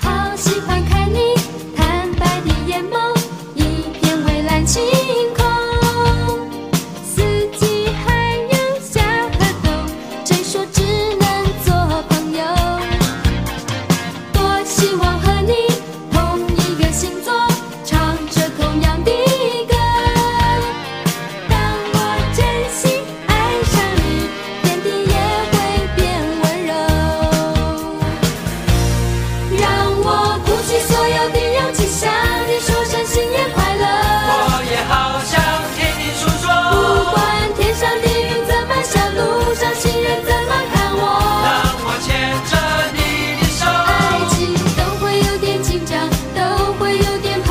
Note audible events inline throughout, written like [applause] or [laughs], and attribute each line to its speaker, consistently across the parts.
Speaker 1: 好喜欢看你坦白的眼眸，一片蔚蓝晴空。四季还有夏和冬，谁说只能做朋友？多希望和你同一个星座，唱着同样的歌。当我真心爱上你，天地也会变温柔。让我鼓起所有的勇气，向你说声新年快乐。
Speaker 2: 我也好想听你诉
Speaker 1: 不
Speaker 2: 说，
Speaker 1: 管天上的云怎么笑，路上行人怎么看我，
Speaker 2: 让我牵着你的手，
Speaker 1: 爱情都会有点紧张，都会有点彷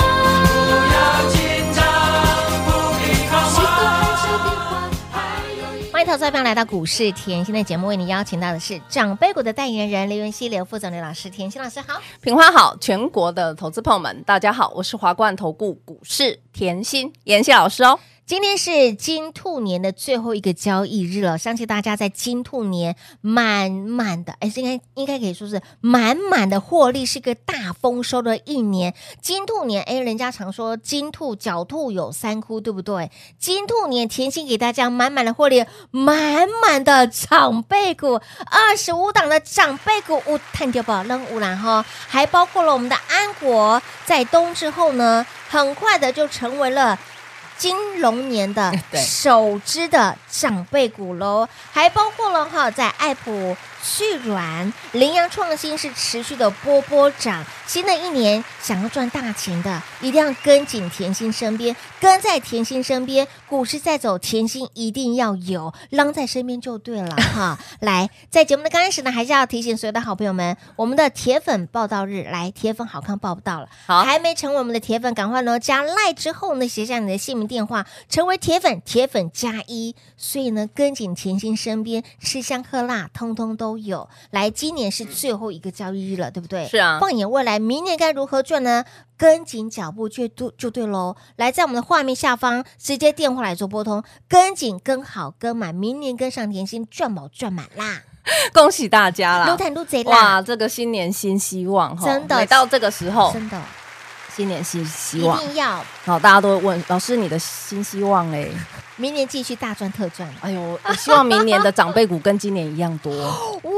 Speaker 1: 徨。
Speaker 2: 不要紧张，不必彷
Speaker 1: 许多害羞
Speaker 2: 徨
Speaker 1: 的。话，还有一。
Speaker 3: 欢迎投资者朋友来到股市甜心的节目，为您邀请到的是长辈股的代言人刘元熙、刘副总、刘老师、甜心老师好。
Speaker 4: 平花好，全国的投资朋友们，大家好，我是华冠投顾股市甜心妍希老师哦。
Speaker 3: 今天是金兔年的最后一个交易日了，相信大家在金兔年满满的，哎，是应该应该可以说是满满的获利，是个大丰收的一年。金兔年，哎，人家常说金兔狡兔有三窟，对不对？金兔年，甜心给大家满满的获利，满满的长辈股，二十五档的长辈股，我探掉宝扔乌兰哈，还包括了我们的安国，在冬之后呢，很快的就成为了。金龙年的
Speaker 4: 对
Speaker 3: 首支的长辈股喽，还包括了哈，在爱普、旭软、羚羊创新是持续的波波涨。新的一年想要赚大钱的，一定要跟紧甜心身边，跟在甜心身边，股市在走，甜心一定要有， [laughs] 浪在身边就对了哈。来，在节目的刚开始呢，还是要提醒所有的好朋友们，我们的铁粉报道日来，铁粉好看报不到了。
Speaker 4: 好
Speaker 3: 还没成为我们的铁粉，赶快呢加赖之后呢，写下你的姓名电话，成为铁粉，铁粉加一。所以呢，跟紧甜心身边，吃香喝辣，通通都有。来，今年是最后一个交易日了，对不对？
Speaker 4: 是啊
Speaker 3: 放眼未来，明年该如何赚呢？跟紧脚步就对就对喽。来，在我们的画面下方直接电话来做拨通，跟紧、跟好、跟满，明年跟上甜心，赚饱赚满啦，
Speaker 4: 恭喜大家
Speaker 3: 撸
Speaker 4: 啦！
Speaker 3: 碳撸贼啦
Speaker 4: 哇，，这个新年新希望哈，
Speaker 3: 真的
Speaker 4: 每到这个时候，
Speaker 3: 真的
Speaker 4: 新年新希
Speaker 3: 一
Speaker 4: 望，
Speaker 3: 定要
Speaker 4: 好，大家都会问老师你的新希望哎，
Speaker 3: 明年继续大赚特赚。
Speaker 4: 哎呦，我希望明年的长辈股跟今年一样
Speaker 3: [laughs]
Speaker 4: 多，
Speaker 3: 哇，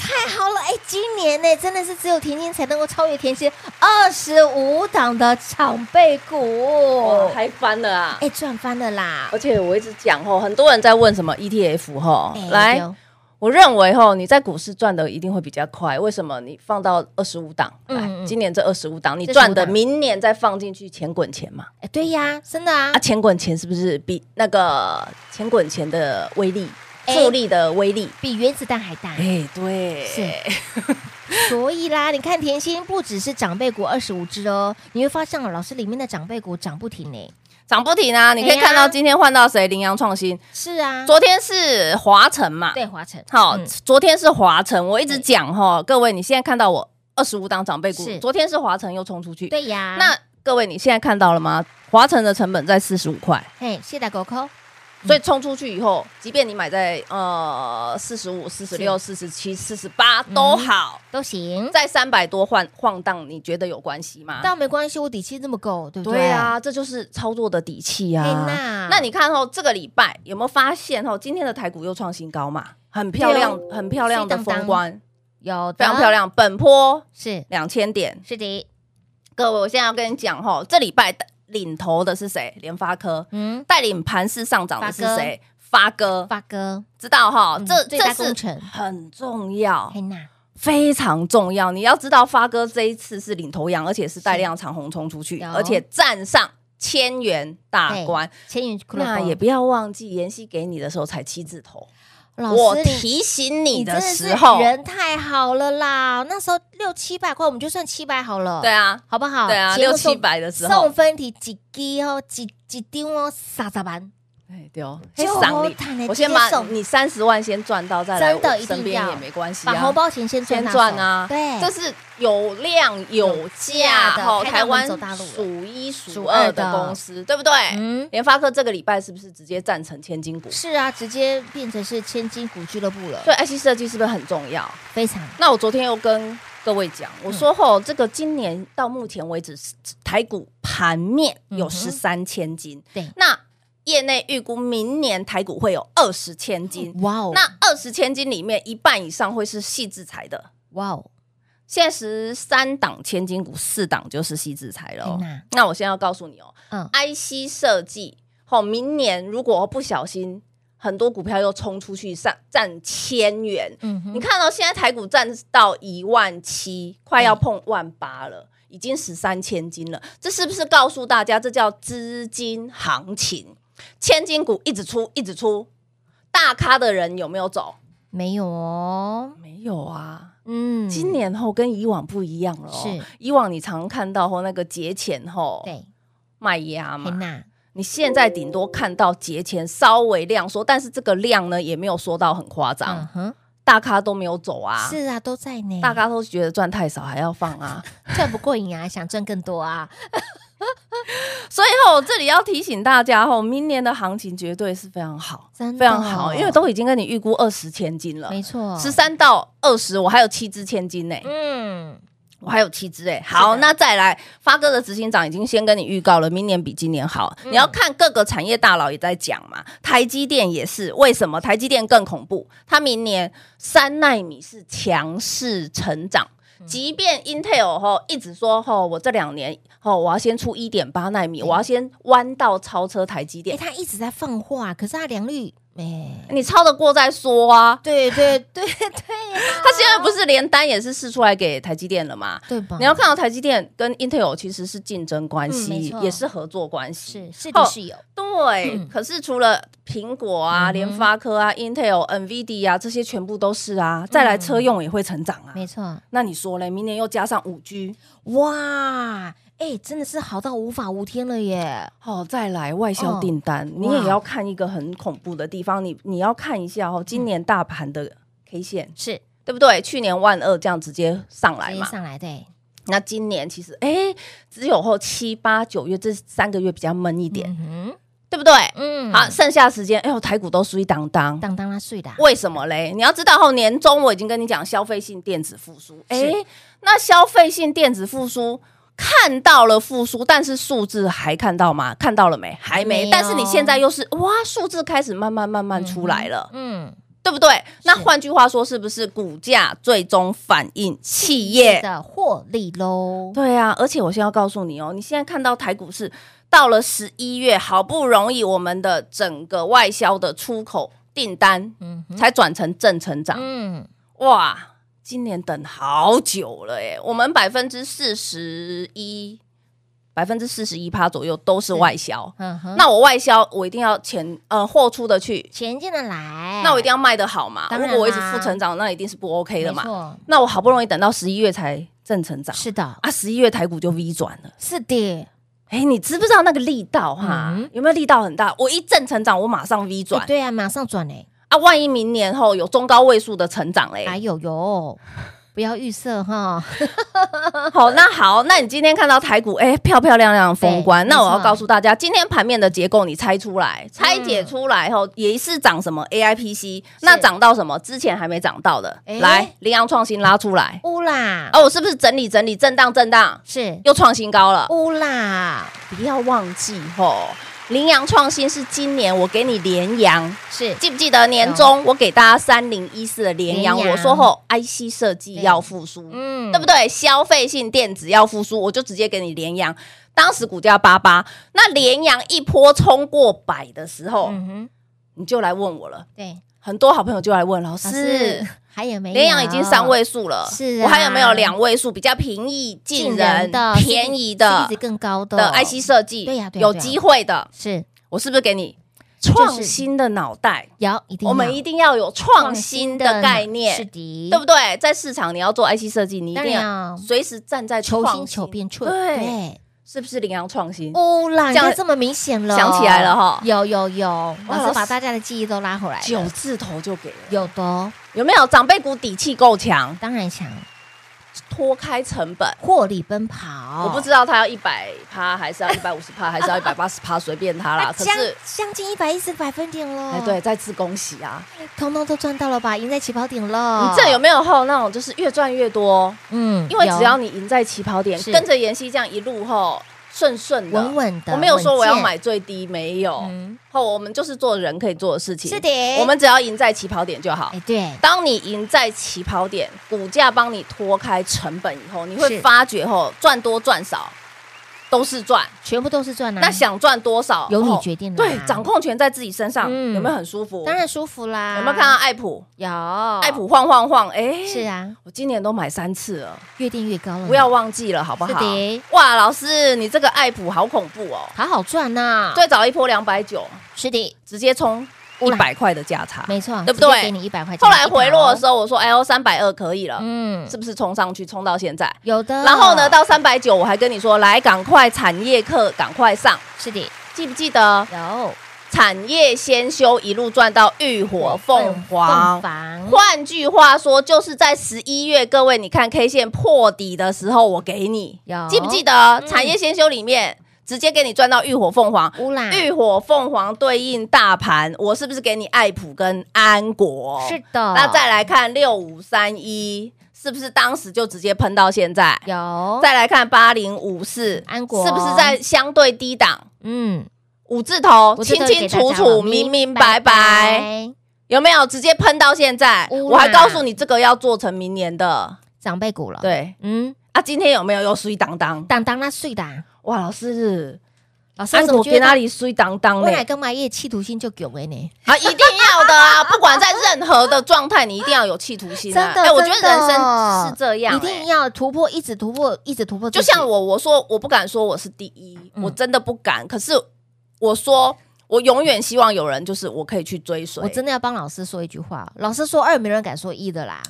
Speaker 3: 太好了！哎，今年呢，真的是只有甜心才能够超越甜心二十五档的长辈股，
Speaker 4: 还翻了啊！
Speaker 3: 哎，赚翻了啦！
Speaker 4: 而且我一直讲吼，很多人在问什么 ETF 吼
Speaker 3: 哎，
Speaker 4: 来
Speaker 3: 对。哦
Speaker 4: 我认为吼，你在股市赚的一定会比较快。为什么？你放到二十五档，
Speaker 3: 嗯
Speaker 4: 来
Speaker 3: 嗯
Speaker 4: 今年这二十五档，你
Speaker 3: 这
Speaker 4: 赚的，
Speaker 3: 15档
Speaker 4: 明年再放进去钱滚钱嘛。
Speaker 3: 哎，对呀，真的啊
Speaker 4: 啊，，钱滚钱是不是比那个钱滚钱的威力、
Speaker 3: 哎
Speaker 4: 复利的威力？
Speaker 3: 比原子弹还大。
Speaker 4: 哎，对，
Speaker 3: 是所以啦，你看甜心不只是长辈股二十五只哦，你会发现哦，老师里面的长辈股涨不停呢。
Speaker 4: 涨不停啊！你可
Speaker 3: 哎
Speaker 4: 以
Speaker 3: 呀
Speaker 4: 看到今天换到谁？羚羊创新，
Speaker 3: 是啊，
Speaker 4: 昨天是华晨嘛？
Speaker 3: 对华晨
Speaker 4: 好，
Speaker 3: 嗯
Speaker 4: 昨天是华晨，我一直讲哈，各位，你现在看到我二十五档长辈股
Speaker 3: 是，
Speaker 4: 昨嗯天是华晨又冲出去，
Speaker 3: 对呀，
Speaker 4: 那各位，你现在看到了吗？华晨的成本在四十五块，
Speaker 3: 嘿，谢大狗扣，
Speaker 4: 所以冲出去以后，即便你买在呃四十五、四十六、四十七、四十八都好，
Speaker 3: 都行，
Speaker 4: 在三百多晃晃荡，你觉得有关系吗？
Speaker 3: 倒没关系，我底气这么够，对不对？
Speaker 4: 对，啊，这就是操作的底气
Speaker 3: 哎
Speaker 4: 啊。
Speaker 3: 那
Speaker 4: 那你看哦，这个礼拜有没有发现哦？今天的台股又创新高嘛，很漂亮，很漂亮的
Speaker 3: 碎当当
Speaker 4: 封关，
Speaker 3: 有的
Speaker 4: 非常漂，亮，本坡
Speaker 3: 是
Speaker 4: 两千点。
Speaker 3: 是的，
Speaker 4: 各位，我现在要跟你讲哦，这礼拜领头的是谁？联发科。
Speaker 3: 嗯，
Speaker 4: 带领盘势上涨的是谁？发哥，
Speaker 3: 发哥，
Speaker 4: 知道哈？
Speaker 3: 嗯
Speaker 4: 这
Speaker 3: 最
Speaker 4: 这
Speaker 3: 大功
Speaker 4: 是
Speaker 3: 臣，
Speaker 4: 很重要
Speaker 3: 嘿，娜，
Speaker 4: 非常重要。你要知道，发哥这一次是领头羊，而且是带量长红冲出去，
Speaker 3: 有
Speaker 4: 而且站上千元大关。
Speaker 3: 千元俱乐
Speaker 4: 那
Speaker 3: 部
Speaker 4: 也不要忘记，妍希给你的时候才七字头，
Speaker 3: 老
Speaker 4: 我
Speaker 3: 师你
Speaker 4: 提醒你
Speaker 3: 真的
Speaker 4: 的
Speaker 3: 是
Speaker 4: 时候，
Speaker 3: 人太好了啦！那时候六七百块，我们就算七百好了，
Speaker 4: 对，啊，
Speaker 3: 好不好？
Speaker 4: 对啊，
Speaker 3: 节目
Speaker 4: 六
Speaker 3: 送
Speaker 4: 七百的时候
Speaker 3: 送，分题几滴哦，几几丢哦，傻傻班，
Speaker 4: 哎，对哦，
Speaker 3: 就
Speaker 4: 赏
Speaker 3: 我坦的
Speaker 4: 你，我先把
Speaker 3: 直接送
Speaker 4: 你三十万先赚到，再来
Speaker 3: 真的
Speaker 4: 我
Speaker 3: 一定
Speaker 4: 身边
Speaker 3: 要
Speaker 4: 也没关系啊，
Speaker 3: 把红包钱先赚
Speaker 4: 先
Speaker 3: 到
Speaker 4: 赚
Speaker 3: 手
Speaker 4: 啊，
Speaker 3: 对，
Speaker 4: 这是有量有价
Speaker 3: 有价的
Speaker 4: 哈，
Speaker 3: 开大
Speaker 4: 台
Speaker 3: 门
Speaker 4: 湾
Speaker 3: 走大路了
Speaker 4: 数一
Speaker 3: 数
Speaker 4: 数
Speaker 3: 二
Speaker 4: 二
Speaker 3: 的
Speaker 4: 的公司，对不对？
Speaker 3: 嗯，
Speaker 4: 联发科这个礼拜是不是直接站成千金股？
Speaker 3: 是啊，直接变成是千金股俱乐部了，
Speaker 4: 所以 IC 设计是不是很重要？
Speaker 3: 非常
Speaker 4: 那我昨天又跟各位讲，
Speaker 3: 嗯
Speaker 4: 我说吼，这个今年到目前为止，台股盘面有
Speaker 3: 嗯哼
Speaker 4: 十三千金，
Speaker 3: 对
Speaker 4: 那业内预估明年台股会有二十千金，
Speaker 3: 哇哦，
Speaker 4: 那二十千金里面一半以上会是细制裁的。
Speaker 3: 哇哦，
Speaker 4: 现在十三档千金股，四档就是细制裁了、哦
Speaker 3: 天哪。
Speaker 4: 那我现在要告诉你哦
Speaker 3: 嗯，
Speaker 4: ，IC 设计，吼，明年如果不小心，很多股票又冲出去上占千元，
Speaker 3: 嗯哼
Speaker 4: 你看到、现在台股站到一万七，快要碰万八了，已经十三千金了。这是不是告诉大家，这叫资金行情？千金股一直出，一直出，大咖的人有没有走？
Speaker 3: 没有哦，
Speaker 4: 没有啊。
Speaker 3: 嗯，
Speaker 4: 今年后跟以往不一样了、哦，
Speaker 3: 是
Speaker 4: 以往你常看到后那个节前后
Speaker 3: 对，
Speaker 4: 卖压
Speaker 3: 黑
Speaker 4: 嘛，
Speaker 3: 娜，
Speaker 4: 你现在顶多看到节前稍微量缩，但是这个量呢也没有缩到很夸张，
Speaker 3: 嗯哼，
Speaker 4: 大咖都没有走啊，
Speaker 3: 是啊，都在呢，
Speaker 4: 大家都觉得赚太少还要放啊， [laughs]
Speaker 3: 赚不过瘾啊，想赚更多啊，
Speaker 4: 所以吼、这里要提醒大家吼、明年的行情绝对是非常好，
Speaker 3: 真的
Speaker 4: [laughs]
Speaker 3: 哦
Speaker 4: 非常好，因为都已经跟你预估二十千金了，
Speaker 3: 没错，
Speaker 4: 十三到二十，我还有七只千金呢、
Speaker 3: 嗯，
Speaker 4: 我还有七只哎、好，那再来，发哥的执行长已经先跟你预告了，明年比今年好。你要看各个产业大佬也在讲嘛，台积电也是，为什么台积电更恐怖？它明年三纳米是强势成长。即便 Intel 吼一直说吼，我这两年吼我要先出一点八纳米，我要先弯道超车台积
Speaker 3: 哎，
Speaker 4: 电，
Speaker 3: 他一直在放话，可是他良率没，
Speaker 4: 你超得过再说啊。
Speaker 3: 对对对对呀，
Speaker 4: 他现在不是连单也是试出来给台积电了吗？
Speaker 3: [laughs] 对吧？
Speaker 4: 你要看到台积电跟 Intel 其实是竞争关
Speaker 3: 嗯没
Speaker 4: 系，
Speaker 3: 错
Speaker 4: 也是合作关系。
Speaker 3: 是是的
Speaker 4: 哦
Speaker 3: 是有，
Speaker 4: 对，
Speaker 3: 嗯
Speaker 4: 可是除了苹果啊、
Speaker 3: 嗯哼
Speaker 4: 联发科啊、Intel、NVD 啊，这些全部都是啊。再来车用也会成长啊。
Speaker 3: 没错，
Speaker 4: 那你说嘞？明年又加上五 G，
Speaker 3: 哇，哎，真的是好到无法无天了耶，
Speaker 4: 哦，再来外销订单，你
Speaker 3: 哇
Speaker 4: 也要看一个很恐怖的地方，你你要看一下哦，今年大盘的 K 线，
Speaker 3: 是
Speaker 4: 对不对？去年万二这样直接上来
Speaker 3: 直接
Speaker 4: 嘛，
Speaker 3: 上来对，
Speaker 4: 那今年其实哎，只有后七八九月这三个月比较闷一点，
Speaker 3: 嗯哼，
Speaker 4: 对不对？
Speaker 3: 嗯，
Speaker 4: 好，，剩下时间，哎呦，台股都属于当当。
Speaker 3: 当当他睡的啊，
Speaker 4: 为什么嘞？你要知道，后年中我已经跟你讲消费性电子复苏，哎、
Speaker 3: 是
Speaker 4: 那消费性电子复苏看到了复苏，但是数字还看到吗？看到了没？还
Speaker 3: 没
Speaker 4: 没。
Speaker 3: 有
Speaker 4: 但是你现在又是哇，数字开始慢慢慢慢出来了，
Speaker 3: 嗯，
Speaker 4: 对不对？那换句话说，是不是股价最终反映企业
Speaker 3: 是的获利喽，
Speaker 4: 对啊，而且我现在要告诉你哦，你现在看到台股市到了十一月，好不容易我们的整个外销的出口订单
Speaker 3: 嗯哼，
Speaker 4: 才转成正成长，
Speaker 3: 嗯，
Speaker 4: 哇！今年等好久了哎，我们百分之四十一，百分之四十一趴左右都是外销。
Speaker 3: 嗯哼，
Speaker 4: 那我外销，我一定要钱呃货出得去，
Speaker 3: 钱进得来，
Speaker 4: 那我一定要卖得好嘛。
Speaker 3: 哎当然
Speaker 4: 如
Speaker 3: 啦
Speaker 4: 果我一直负成长，那一定是不 OK 的
Speaker 3: 没
Speaker 4: 嘛。
Speaker 3: 错，
Speaker 4: 那我好不容易等到十一月才正成长
Speaker 3: 是的，
Speaker 4: 啊，十一月台股就 V 转了。
Speaker 3: 是的，
Speaker 4: 哎，你知不知道那个力道哈？
Speaker 3: 嗯
Speaker 4: 有没有力道很大？我一正成长，我马上 V 转、
Speaker 3: 哎对啊，马上转嘞，
Speaker 4: 啊！万一明年后有中高位数的成长嘞，
Speaker 3: 哎呦呦，不要预设
Speaker 4: [laughs]
Speaker 3: 哈，
Speaker 4: 好，那好，那你今天看到台股哎漂漂亮亮封关，
Speaker 3: 对
Speaker 4: 那我
Speaker 3: 没
Speaker 4: 要
Speaker 3: 错嗯
Speaker 4: 告诉大家，今天盘面的结构你拆出来、拆解出来后，也是涨什么 AIPC，那涨到什么之前还没涨到的，
Speaker 3: 哎
Speaker 4: 来羚羊创新拉出来
Speaker 3: 乌啦，
Speaker 4: 哦，我是不是整理整理震荡震荡
Speaker 3: 是
Speaker 4: 又创新高了？
Speaker 3: 乌啦，
Speaker 4: 不要忘记吼，羚羊创新是今年我给你连阳。
Speaker 3: 是
Speaker 4: 记不记得年终我给大家三零一四的联阳，
Speaker 3: 联阳
Speaker 4: 我说后 IC 设计要复苏，
Speaker 3: 嗯
Speaker 4: 对不对？消费性电子要复苏，我就直接给你联阳。当时股价八八，那联阳一波冲过百的时候，
Speaker 3: 嗯哼，
Speaker 4: 你就来问我了。
Speaker 3: 对，
Speaker 4: 很多好朋友就来问老
Speaker 3: 老
Speaker 4: 师
Speaker 3: 师，还有啊没有？
Speaker 4: 联阳已经三位数了，
Speaker 3: 是啊
Speaker 4: 我还有没有两位数比较平易近人、
Speaker 3: 的
Speaker 4: 便宜的
Speaker 3: CP 值更高的
Speaker 4: 的 IC 设计？
Speaker 3: 对呀对呀
Speaker 4: 有
Speaker 3: 对呀
Speaker 4: 机会的，
Speaker 3: 是
Speaker 4: 我是不是给你创新的脑袋，
Speaker 3: 要一定要，
Speaker 4: 我们一定要有创新的概
Speaker 3: 是
Speaker 4: 念，
Speaker 3: 的，
Speaker 4: 对不对？在市场你要做 IC 设计，你一
Speaker 3: 当
Speaker 4: 定
Speaker 3: 然
Speaker 4: 要
Speaker 3: 要
Speaker 4: 随时站在
Speaker 3: 求
Speaker 4: 创
Speaker 3: 新求变蠢，
Speaker 4: 对，是不是羚羊创新？
Speaker 3: 哦啦，
Speaker 4: 这样
Speaker 3: 讲这么明显了，
Speaker 4: 想起来了哈
Speaker 3: 有有有，老
Speaker 4: 老
Speaker 3: 师
Speaker 4: 师
Speaker 3: 把大家的记忆都拉回来了，
Speaker 4: 九字头就给了，
Speaker 3: 有的哦
Speaker 4: 有没有长辈股底气够强，
Speaker 3: 当然强，
Speaker 4: 脱开成本？
Speaker 3: 获利奔跑，
Speaker 4: 我不知道他要一百趴，
Speaker 3: [laughs]
Speaker 4: 还是要一百五十趴，还是要一百八十趴，随便他啦。
Speaker 3: 啊，哦
Speaker 4: 可
Speaker 3: 将
Speaker 4: 是，
Speaker 3: 将近一百一十百分点了，
Speaker 4: 哎，对，，再次恭喜啊！
Speaker 3: 通通都赚到了吧，赢在起跑点了，
Speaker 4: 你这有没有后那种就是越赚越多？
Speaker 3: 哦嗯
Speaker 4: 因为只要
Speaker 3: 你
Speaker 4: 你赢在起跑点，
Speaker 3: 是
Speaker 4: 跟着妍希这样一路后顺顺的、
Speaker 3: 稳稳的
Speaker 4: 我没有说我要
Speaker 3: 稳健
Speaker 4: 买最低，没有。
Speaker 3: 嗯
Speaker 4: 后我们就是做人可以做的事情。
Speaker 3: 是的
Speaker 4: 我们只要赢在起跑点就好
Speaker 3: 哎。对，
Speaker 4: 当你赢在起跑点，股价帮你脱开成本以后，你会
Speaker 3: 是
Speaker 4: 发觉后赚多赚少都是赚。
Speaker 3: 全部都是赚啊，
Speaker 4: 那想赚多少
Speaker 3: 由你
Speaker 4: 哦
Speaker 3: 决定啦啊
Speaker 4: 对，掌控权在自己身上，
Speaker 3: 嗯
Speaker 4: 有没有很舒服？
Speaker 3: 当然舒服啦，
Speaker 4: 有没有看到啊爱普？
Speaker 3: 有
Speaker 4: 爱普晃晃晃，哎，
Speaker 3: 是，啊，
Speaker 4: 我今年都买三次了。
Speaker 3: 越定越高了呢，
Speaker 4: 不要忘记了，好不好
Speaker 3: 是的？
Speaker 4: 哇，老师，你这个爱普好恐怖哦！
Speaker 3: 好好赚啊呐，，
Speaker 4: 最早一波两百九，
Speaker 3: 是的，
Speaker 4: 直接冲一
Speaker 3: 乌啦
Speaker 4: 百块的价差，
Speaker 3: 没错，
Speaker 4: 对不对
Speaker 3: 直接给你一百块钱，
Speaker 4: 后来回落的时
Speaker 3: 候，
Speaker 4: 候，我说哎呦三百二可以了，
Speaker 3: 哦嗯
Speaker 4: 是，不是冲上去冲到现在？
Speaker 3: 有的，
Speaker 4: 然后呢，到三百九我还跟你说，来赶快产业课赶快上，
Speaker 3: 是的，
Speaker 4: 记不记得
Speaker 3: 有
Speaker 4: 产业先修一路赚到浴火凤凰
Speaker 3: 嗯凤？凰
Speaker 4: 换句话说，就是在十一月，各位你看 K 线破底的时候，我给你
Speaker 3: 有，
Speaker 4: 记不记得
Speaker 3: 嗯
Speaker 4: 产业先修里面、直接给你赚到浴火凤凰？
Speaker 3: 乌啦，
Speaker 4: 浴火凤凰对应大盘，我是不是给你爱普跟安国？
Speaker 3: 是的，
Speaker 4: 那再来看六五三一，是不是当时就直接喷到现在？
Speaker 3: 有，
Speaker 4: 再来看八零五四，
Speaker 3: 安国
Speaker 4: 是不是在相对低档
Speaker 3: 嗯，
Speaker 4: 五字头，
Speaker 3: 我这
Speaker 4: 清
Speaker 3: 个
Speaker 4: 清
Speaker 3: 给大家
Speaker 4: 楚
Speaker 3: 了
Speaker 4: 楚、明明白白？有没有直接喷到现在？
Speaker 3: 乌
Speaker 4: 我还
Speaker 3: 啦
Speaker 4: 告诉你，这个要做成明年的。
Speaker 3: 长辈股了，，
Speaker 4: 对
Speaker 3: 嗯，
Speaker 4: 啊，今天有没有又水当当？
Speaker 3: 当当那碎的啊，
Speaker 4: 哇，老师，
Speaker 3: 老师，
Speaker 4: 安
Speaker 3: 我怎
Speaker 4: 国
Speaker 3: 么
Speaker 4: 啊
Speaker 3: 觉
Speaker 4: 给哪
Speaker 3: 得
Speaker 4: 里水当当
Speaker 3: 未
Speaker 4: 嘞
Speaker 3: 来？跟买业企图心就囧了呢？
Speaker 4: 啊，一定要的啊！ [laughs] 不管在任何的状态，你一定要有企图心、啊。
Speaker 3: 真的
Speaker 4: 我觉得
Speaker 3: 真的
Speaker 4: 人生是这样、
Speaker 3: 一定
Speaker 4: 要。
Speaker 3: 要突破，一直突破，一直突破自
Speaker 4: 就
Speaker 3: 己，
Speaker 4: 像我，我说我不敢说我是第一，
Speaker 3: 嗯
Speaker 4: 我真的不敢。可是我说，我永远希望有人就是我可以去追随。
Speaker 3: 我真的要帮老师说一句话，老师说二，没人敢说一的
Speaker 4: [laughs]
Speaker 3: 啦。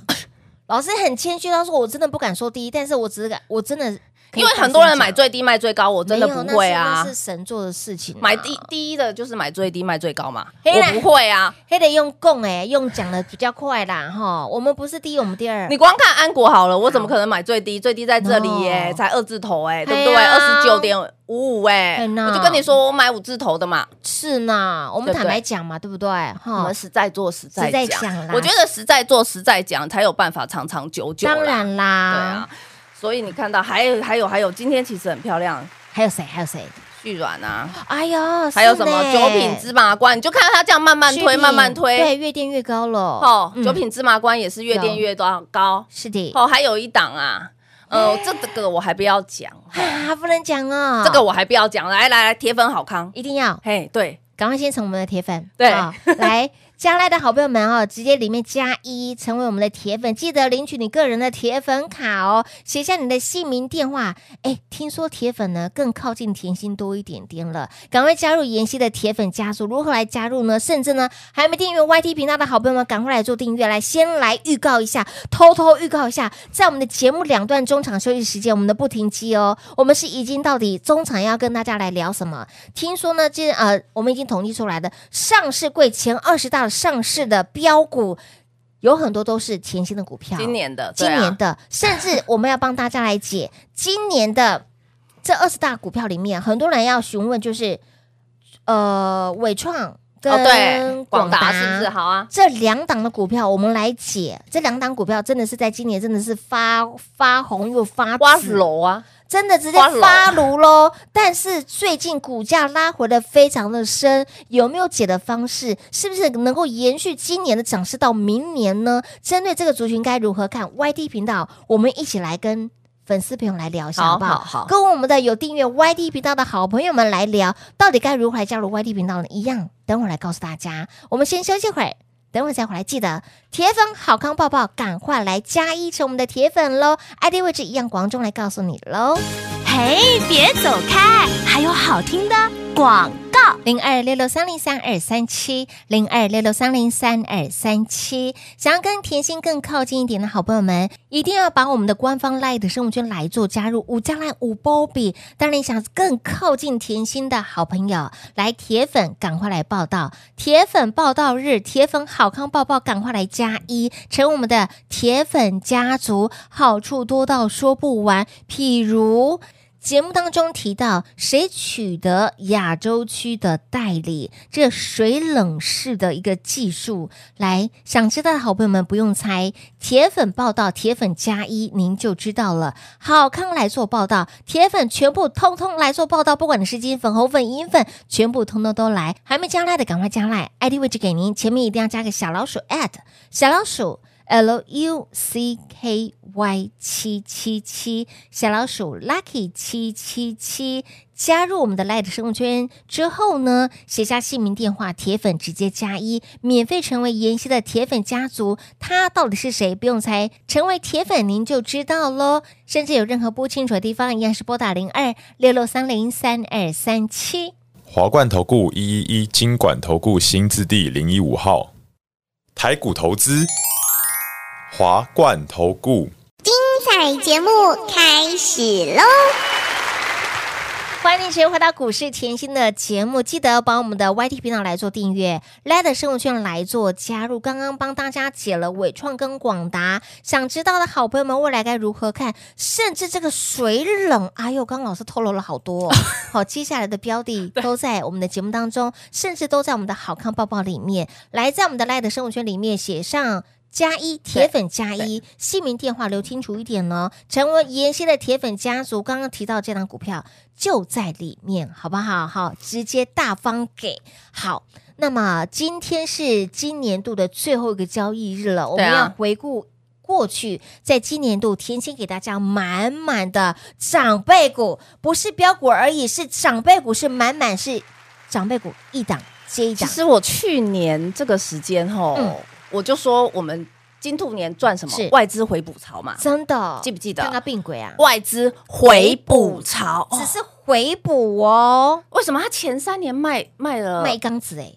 Speaker 3: 老师很谦虚，他说我真的不敢说第一，但是我只是敢，我真的可以
Speaker 4: 因为
Speaker 3: 大
Speaker 4: 很多人
Speaker 3: 声
Speaker 4: 买
Speaker 3: 讲
Speaker 4: 最低卖最高，我真的
Speaker 3: 没有
Speaker 4: 不
Speaker 3: 那
Speaker 4: 会
Speaker 3: 是
Speaker 4: 啊
Speaker 3: 那是。神做的事情啊、
Speaker 4: 买第第一的就是买最低卖最高嘛，
Speaker 3: 嘿啦
Speaker 4: 我不会啊。
Speaker 3: 还得用供哎、用讲的比较快啦哈。我们不是第一，我们第二。
Speaker 4: 你光看安国好了，我怎么可能买最低？最低在这里耶、
Speaker 3: No
Speaker 4: 才二字头哎、对
Speaker 3: 对
Speaker 4: 不对？二
Speaker 3: 哦啊
Speaker 4: 十九点五五哎，
Speaker 3: 对呢
Speaker 4: 我就跟你说，我买五字头的嘛。
Speaker 3: 是呢，我们
Speaker 4: 对不
Speaker 3: 坦白
Speaker 4: 对
Speaker 3: 讲嘛，对不对？
Speaker 4: 我
Speaker 3: 哈
Speaker 4: 们，实在做实在
Speaker 3: 哦实在
Speaker 4: 讲
Speaker 3: 讲啦
Speaker 4: 我觉得实在做实在讲才有办法长长久久。
Speaker 3: 当，然啦，
Speaker 4: 对啊。所以你看到还有还有还有，今天其实很漂亮，
Speaker 3: 还有谁？还有谁？
Speaker 4: 旭软啊，
Speaker 3: 哎呦，
Speaker 4: 还有什
Speaker 3: 是
Speaker 4: 么
Speaker 3: 呢
Speaker 4: 九品芝麻官，你就看它这样慢慢
Speaker 3: 是
Speaker 4: 推，
Speaker 3: 品
Speaker 4: 慢慢推。
Speaker 3: 对，越垫越高了。
Speaker 4: 哦，
Speaker 3: 嗯
Speaker 4: 九品芝麻官也是越
Speaker 3: 有
Speaker 4: 垫越多高。
Speaker 3: 是的，
Speaker 4: 哦，还有一档啊，呃，这
Speaker 3: 嗯
Speaker 4: 个我还不要讲，
Speaker 3: 啊，不能讲哦，
Speaker 4: 这个我还不要讲。来来来，铁粉好康，
Speaker 3: 一定要
Speaker 4: 嘿，对，
Speaker 3: 赶快先成我们的铁粉，
Speaker 4: 对
Speaker 3: 啊来加来的好朋友们哦， [laughs] 直接里面加一，成为我们的铁粉，记得领取你个人的铁粉卡哦，写下你的姓名、电话。哎，听说铁粉呢更靠近甜心多一点点了，赶快加入妍希的铁粉家族。如何来加入呢？甚至呢还没订阅 YT 频道的好朋友们，赶快来做订阅，来先来预告一下，偷偷预告一下，在我们的节目两段中场休息时间，我们的不停机哦，我们是已经到底中场要跟大家来聊什么？听说呢，这呃，我们已经统计出来的上市柜前二十大上市的标股，有很多都是甜心的股票，
Speaker 4: 今年的，
Speaker 3: 今
Speaker 4: 对啊
Speaker 3: 年的，甚至我们要帮大家来解今年的这二十大股票里面，很多人要询问就是，呃，伟创
Speaker 4: 哦，
Speaker 3: 跟
Speaker 4: 对，
Speaker 3: 广
Speaker 4: 广
Speaker 3: 达,、
Speaker 4: 达是不是好啊？
Speaker 3: 这两档的股票，我们来解。这两档股票真的是在今年真的是发发红又发
Speaker 4: 花
Speaker 3: 紫
Speaker 4: 楼啊，
Speaker 3: 真的直接
Speaker 4: 花了
Speaker 3: 发炉喽。但是最近股价拉回的非常的深，有没有解的方式？是不是能够延续今年的涨势到明年呢？针对这个族群该如何看？YT 频道，我们一起来跟。粉丝朋友来聊一下
Speaker 4: 好
Speaker 3: 好不好？
Speaker 4: 好好
Speaker 3: 跟我们的有订阅 YT 频道的好朋友们来聊，到底该如何来加入 YT 频道呢？一样，等会儿来告诉大家。我们先休息会儿，等会儿再回来，记得铁粉好康抱抱，赶快来加一成我们的铁粉喽！ID 位置一样，广中来告诉你喽。
Speaker 5: 嘿，别走开，还有好听的广告。
Speaker 3: 零二六六三零三二三七，零二六六三零三二三七。想要跟甜心更靠近一点的好朋友们，一定要把我们的官方 LINE 的生活圈来做加入，五加来五波比。当然，想更靠近甜心的好朋友，来铁粉赶快来报道，铁粉报道日，铁粉好康抱抱，赶快来加一，成我们的铁粉家族，好处多到说不完，譬如。节目当中提到，谁取得亚洲区的代理，这水冷式的一个技术，来，想知道的好朋友们不用猜，铁粉报道，铁粉加一，您就知道了。好康来做报道，铁粉全部通通来做报道，不管你是金粉、红粉、银粉，全部通通都来。还没加赖的赶快加赖，ID 位置给您，前面一定要加个小老鼠 at 小老鼠。L U C K Y 七七七，小老鼠 Lucky 七七七。加入我们的 Light 生活圈之后呢，写下姓名、电话，铁粉直接加一，免费成为妍希的铁粉家族。他到底是谁？不用猜，成为铁粉您就知道喽。甚至有任何不清楚的地方，一样是拨打零二六六三零三二三七。
Speaker 6: 华冠投顾一一一金管投顾新字第零一五号，台股投资，华冠投顾。
Speaker 7: 彩节目开始喽！
Speaker 3: 欢迎持续回到股市甜心的节目，记得帮我们的 YT 频道来做订阅，Lad 生活圈来做加入。刚刚帮大家解了伟创跟广达，想知道的好朋友们未来该如何看，甚至这个水冷，哎呦，刚刚老师透露了好多、哦。好，接下来的标
Speaker 4: [laughs]
Speaker 3: 的都在我们的节目当中，甚至都在我们的好看抱抱里面，来在我们的 Lad 生活圈里面写上。加一铁粉加一，姓名电话留清楚一点哦。成为妍希的铁粉家族，刚刚提到这档股票就在里面，好不好？好，直接大方给好。那么今天是今年度的最后一个交易日了，我们
Speaker 4: 对啊
Speaker 3: 要回顾过去，在今年度甜心给大家满满的长辈股，不是标股而已，是长辈股，是满满是长辈股一档接一
Speaker 4: 其
Speaker 3: 档，
Speaker 4: 实我去年这个时间吼，
Speaker 3: 嗯
Speaker 4: 我就说我们金兔年赚什么
Speaker 3: 是
Speaker 4: 外资回补潮嘛，
Speaker 3: 真的
Speaker 4: 记不记得
Speaker 3: 看到病鬼啊？
Speaker 4: 外资回补潮。
Speaker 3: 只
Speaker 4: 哦
Speaker 3: 是回补哦，
Speaker 4: 为什么他前三年卖卖了
Speaker 3: 卖一缸子哎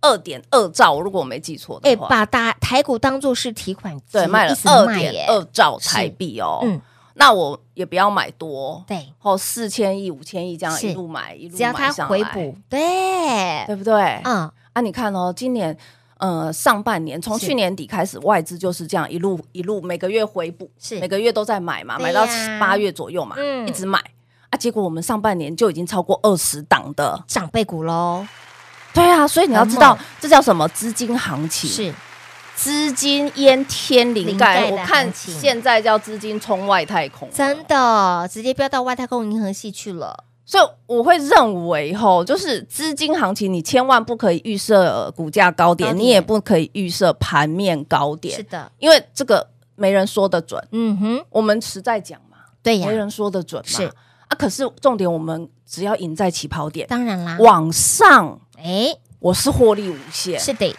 Speaker 4: 二点二兆？如果我没记错
Speaker 3: 哎，
Speaker 4: 的话，
Speaker 3: 把大台股当做是提款机，
Speaker 4: 对，卖
Speaker 3: 一
Speaker 4: 了
Speaker 3: 直
Speaker 4: 二
Speaker 3: 卖
Speaker 4: 点
Speaker 3: 耶
Speaker 4: 二兆台币哦。
Speaker 3: 嗯，
Speaker 4: 那我也不要买多，
Speaker 3: 对，
Speaker 4: 哦，四千亿、五千亿这样
Speaker 3: 是
Speaker 4: 一路买一路
Speaker 3: 只要
Speaker 4: 买
Speaker 3: 它
Speaker 4: 上
Speaker 3: 回
Speaker 4: 来，
Speaker 3: 补，对，
Speaker 4: 对不对？
Speaker 3: 嗯，
Speaker 4: 啊，你看哦，今年呃上半年从
Speaker 3: 是
Speaker 4: 去年底开始，外资就是这样一路一路每个月回补，
Speaker 3: 是
Speaker 4: 每个月都在买嘛，
Speaker 3: 对
Speaker 4: 买到
Speaker 3: 呀
Speaker 4: 八月左右嘛，
Speaker 3: 嗯
Speaker 4: 一直买啊。结果我们上半年就已经超过二十档的，
Speaker 3: 长辈股喽，
Speaker 4: 对啊，所以你要
Speaker 3: 很
Speaker 4: 知道
Speaker 3: 猛
Speaker 4: 这叫什么资金行情，
Speaker 3: 是
Speaker 4: 资金淹天灵
Speaker 3: 灵
Speaker 4: 盖。
Speaker 3: 盖的
Speaker 4: 我看
Speaker 3: 行情
Speaker 4: 现在叫资金冲外太空，
Speaker 3: 真的，直接飙到外太空银河系去了，
Speaker 4: 所以我会认为吼，就是资金行情，你千万不可以预设呃股价高点，
Speaker 3: 高点
Speaker 4: 你也不可以预设盘面高点，
Speaker 3: 是的，
Speaker 4: 因为这个没人说得准，
Speaker 3: 嗯哼，
Speaker 4: 我们实在讲嘛，
Speaker 3: 对
Speaker 4: 没
Speaker 3: 哎呀，
Speaker 4: 人说得准嘛。
Speaker 3: 是
Speaker 4: 啊，可是重点我们只要赢在起跑点，
Speaker 3: 当然啦，
Speaker 4: 往上
Speaker 3: 哎，
Speaker 4: 我是获利无限
Speaker 3: 是的，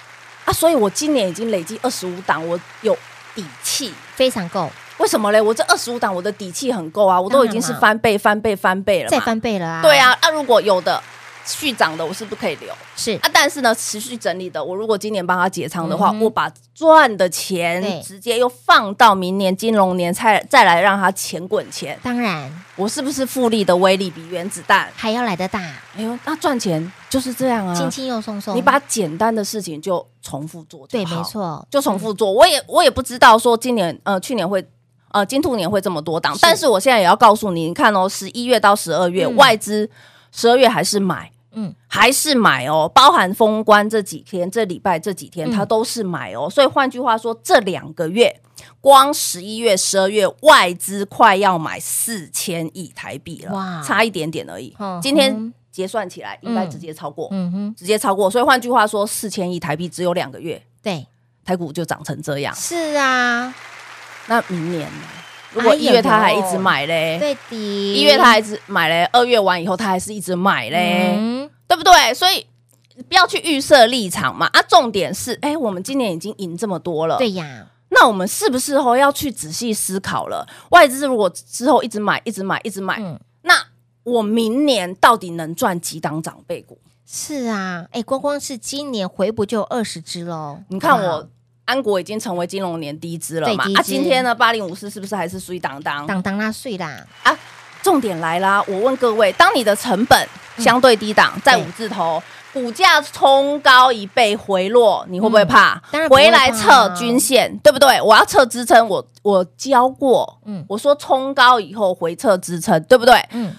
Speaker 4: 啊，所以我今年已经累积二十五档，我有底气。
Speaker 3: 非常够，
Speaker 4: 为什么嘞？我这二十五档我的底气很够啊，我都已经是
Speaker 3: 当然啦
Speaker 4: 翻倍、翻倍、翻倍了嘛，
Speaker 3: 再翻倍了啊，
Speaker 4: 对，啊，那、如果有的续涨的，我是不可以留啊。
Speaker 3: 是
Speaker 4: 但是呢，持续整理的，我如果今年帮他结仓的话，
Speaker 3: 嗯哼
Speaker 4: 我把赚的
Speaker 3: 对
Speaker 4: 钱直接又放到明年金融年，再再来让它钱滚钱，
Speaker 3: 当然
Speaker 4: 我是不是复利的威力比原子弹？
Speaker 3: 还要来得大，
Speaker 4: 哎呦，那赚钱就是这样啊！
Speaker 3: 轻轻又松松，
Speaker 4: 你把简单的事情就重复做就
Speaker 3: 对，
Speaker 4: 好
Speaker 3: 没，错，
Speaker 4: 就重复做。我也我也不知道说今年呃去年会。呃，金兔年会这么多档，但是我现在也要告诉你，你看哦，十一月到十二月，
Speaker 3: 嗯
Speaker 4: 外资十二月还是买，
Speaker 3: 嗯，
Speaker 4: 还是买哦，包含封关这几天、这礼拜这几天，
Speaker 3: 嗯
Speaker 4: 它都是买哦。所以换句话说，这两个月，光十一月、十二月，外资快要买四千亿台币了，
Speaker 3: 哇
Speaker 4: 差一点点而已。
Speaker 3: 嗯
Speaker 4: 今天结算起来，应该直接超过，
Speaker 3: 嗯哼，
Speaker 4: 直接超过。所以换句话说，四千亿台币只有两个月，
Speaker 3: 对，
Speaker 4: 台股就涨成这样。
Speaker 3: 是啊，
Speaker 4: 那明年呢？如果
Speaker 3: 哎
Speaker 4: 一月它还
Speaker 3: 呦
Speaker 4: 一直买嘞，
Speaker 3: 对的，
Speaker 4: 一月它还是买嘞，二月完以后它还是一直买嘞。
Speaker 3: 嗯
Speaker 4: 对不对？所以不要去预设立场嘛。啊，重点是，哎，我们今年已经赢这么多了，
Speaker 3: 对呀，
Speaker 4: 那我们是不是哦要去仔细思考了？外资如果之后一哎直买、一直买、一直买，
Speaker 3: 嗯
Speaker 4: 那我明年到底能赚几档长辈股？
Speaker 3: 是啊，哎，光光是今年回补就有二十只喽。
Speaker 4: 你看
Speaker 3: 好
Speaker 4: 我安国已经成为金融年第一支了嘛
Speaker 3: 对第一？
Speaker 4: 啊，
Speaker 3: 支
Speaker 4: 今天呢，八零五四是不是还是水当当？
Speaker 3: 当当纳税啦，
Speaker 4: 啊，重点来啦！我问各位，当你的成本相对低档，在
Speaker 3: 嗯对
Speaker 4: 五字头，股价冲高一倍回落，你会不会怕？
Speaker 3: 嗯当然不会
Speaker 4: 回来
Speaker 3: 怕
Speaker 4: 测
Speaker 3: 啊
Speaker 4: 均线，对不对？我要测支撑，我我教过，
Speaker 3: 嗯
Speaker 4: 我说冲高以后回测支撑，对不对？
Speaker 3: 嗯，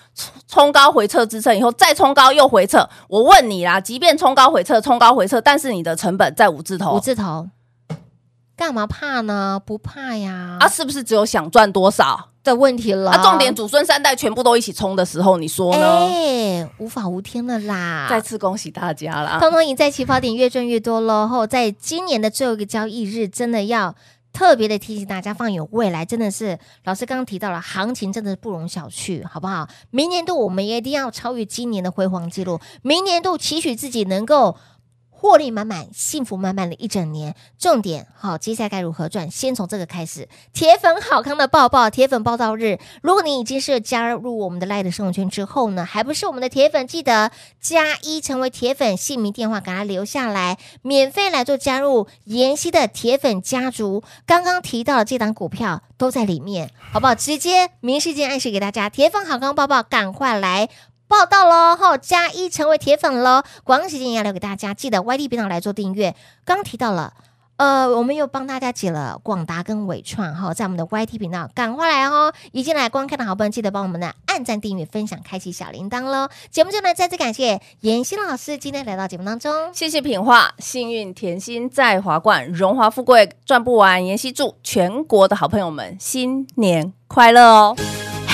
Speaker 4: 冲高回撤支撑以后，再冲高又回撤。我问你啦，即便冲高回撤，冲高回撤，但是你的成本在五字头，
Speaker 3: 五字头，干嘛怕呢？不怕呀，
Speaker 4: 啊，是不是只有想赚多少？
Speaker 3: 的问题了。
Speaker 4: 啊，重点祖孙三代全部都一起冲的时候，你说呢？
Speaker 3: 哎，无法无天了啦。
Speaker 4: 再次恭喜大家啦！
Speaker 3: 通通赢在起跑点越赚越多喽。后在今年的最后一个交易日，真的要特别的提醒大家，放眼未来，真的是老师刚刚提到了，行情真的是不容小觑，好不好？明年度我们也一定要超越今年的辉煌记录，明年度期许自己能够。获利满满、幸福满满的一整年，重点好，接下来该如何赚？先从这个开始。铁粉好康的抱抱，铁粉报道日。如果你已经是加入我们的 l i 的生活圈之后呢，还不是我们的铁粉，记得加一成为铁粉，姓名、电话给他留下来，免费来做加入妍希的铁粉家族。刚刚提到的这档股票都在里面，好不好？直接明示见暗示给大家，铁粉好康抱抱，赶快来！报道喽！吼，加一成为铁粉喽！广告时间也要留给大家，记得 YD 频道来做订阅。刚刚提到了，呃，我们又帮大家解了广达跟伟创哈，在我们的 YT 频道，赶快来哦！已经来观看的好朋友，记得帮我们的按赞、订阅、分享、开启小铃铛喽！节目最后呢，再次感谢妍希老师今天来到节目当中，
Speaker 4: 谢谢品画，幸运甜心在华冠，荣华富贵赚不完。妍希祝全国的好朋友们新年快乐哦！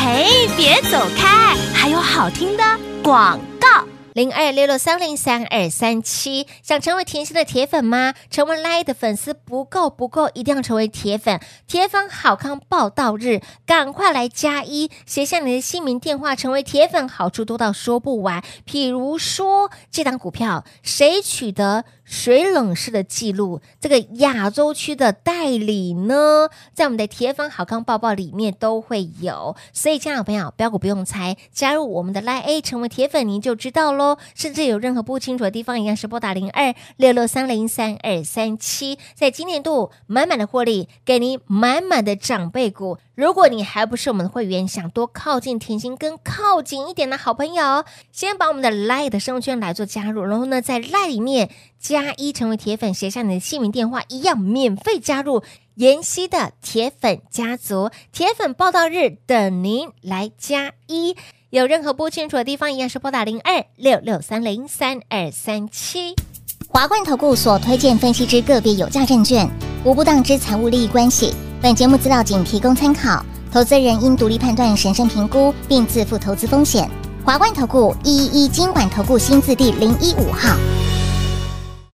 Speaker 5: 嘿，别走开，还有好听的广告。
Speaker 3: 零二六六三零三二三七，想成为甜心的铁粉吗？成为 Lie 的粉丝不够不够，一定要成为铁粉。铁粉好康报道日，赶快来加一，写下你的姓名、电话，成为铁粉，好处多到说不完。譬如说，这档股票谁取得水冷式的记录？这个亚洲区的代理呢，在我们的铁粉好康报报里面都会有。所以，亲爱的朋友，标股不用猜，加入我们的 Line A 成为铁粉，您就知道喽。甚至有任何不清楚的地方，一样是拨打零二六六三零三二三七，在今年度满满的获利，给您满满的长辈股。如果你还不是我们的会员，想多靠近甜心跟靠近一点的好朋友，先把我们的 Line 的生活圈来做加入，然后呢，在 Line 里面加一成为铁粉，写下你的姓名、电话，一样免费加入妍希的铁粉家族。铁粉报道日等您来加一。有任何不清楚的地方，一样是拨打零二六六三零三二三七。
Speaker 7: 华冠投顾所推荐分析之个别有价证券，无不当之财务利益关系。本节目资料仅提供参考，投资人应独立判断、审慎评估，并自负投资风险。华冠投顾一一一金管投顾新字第零一五号。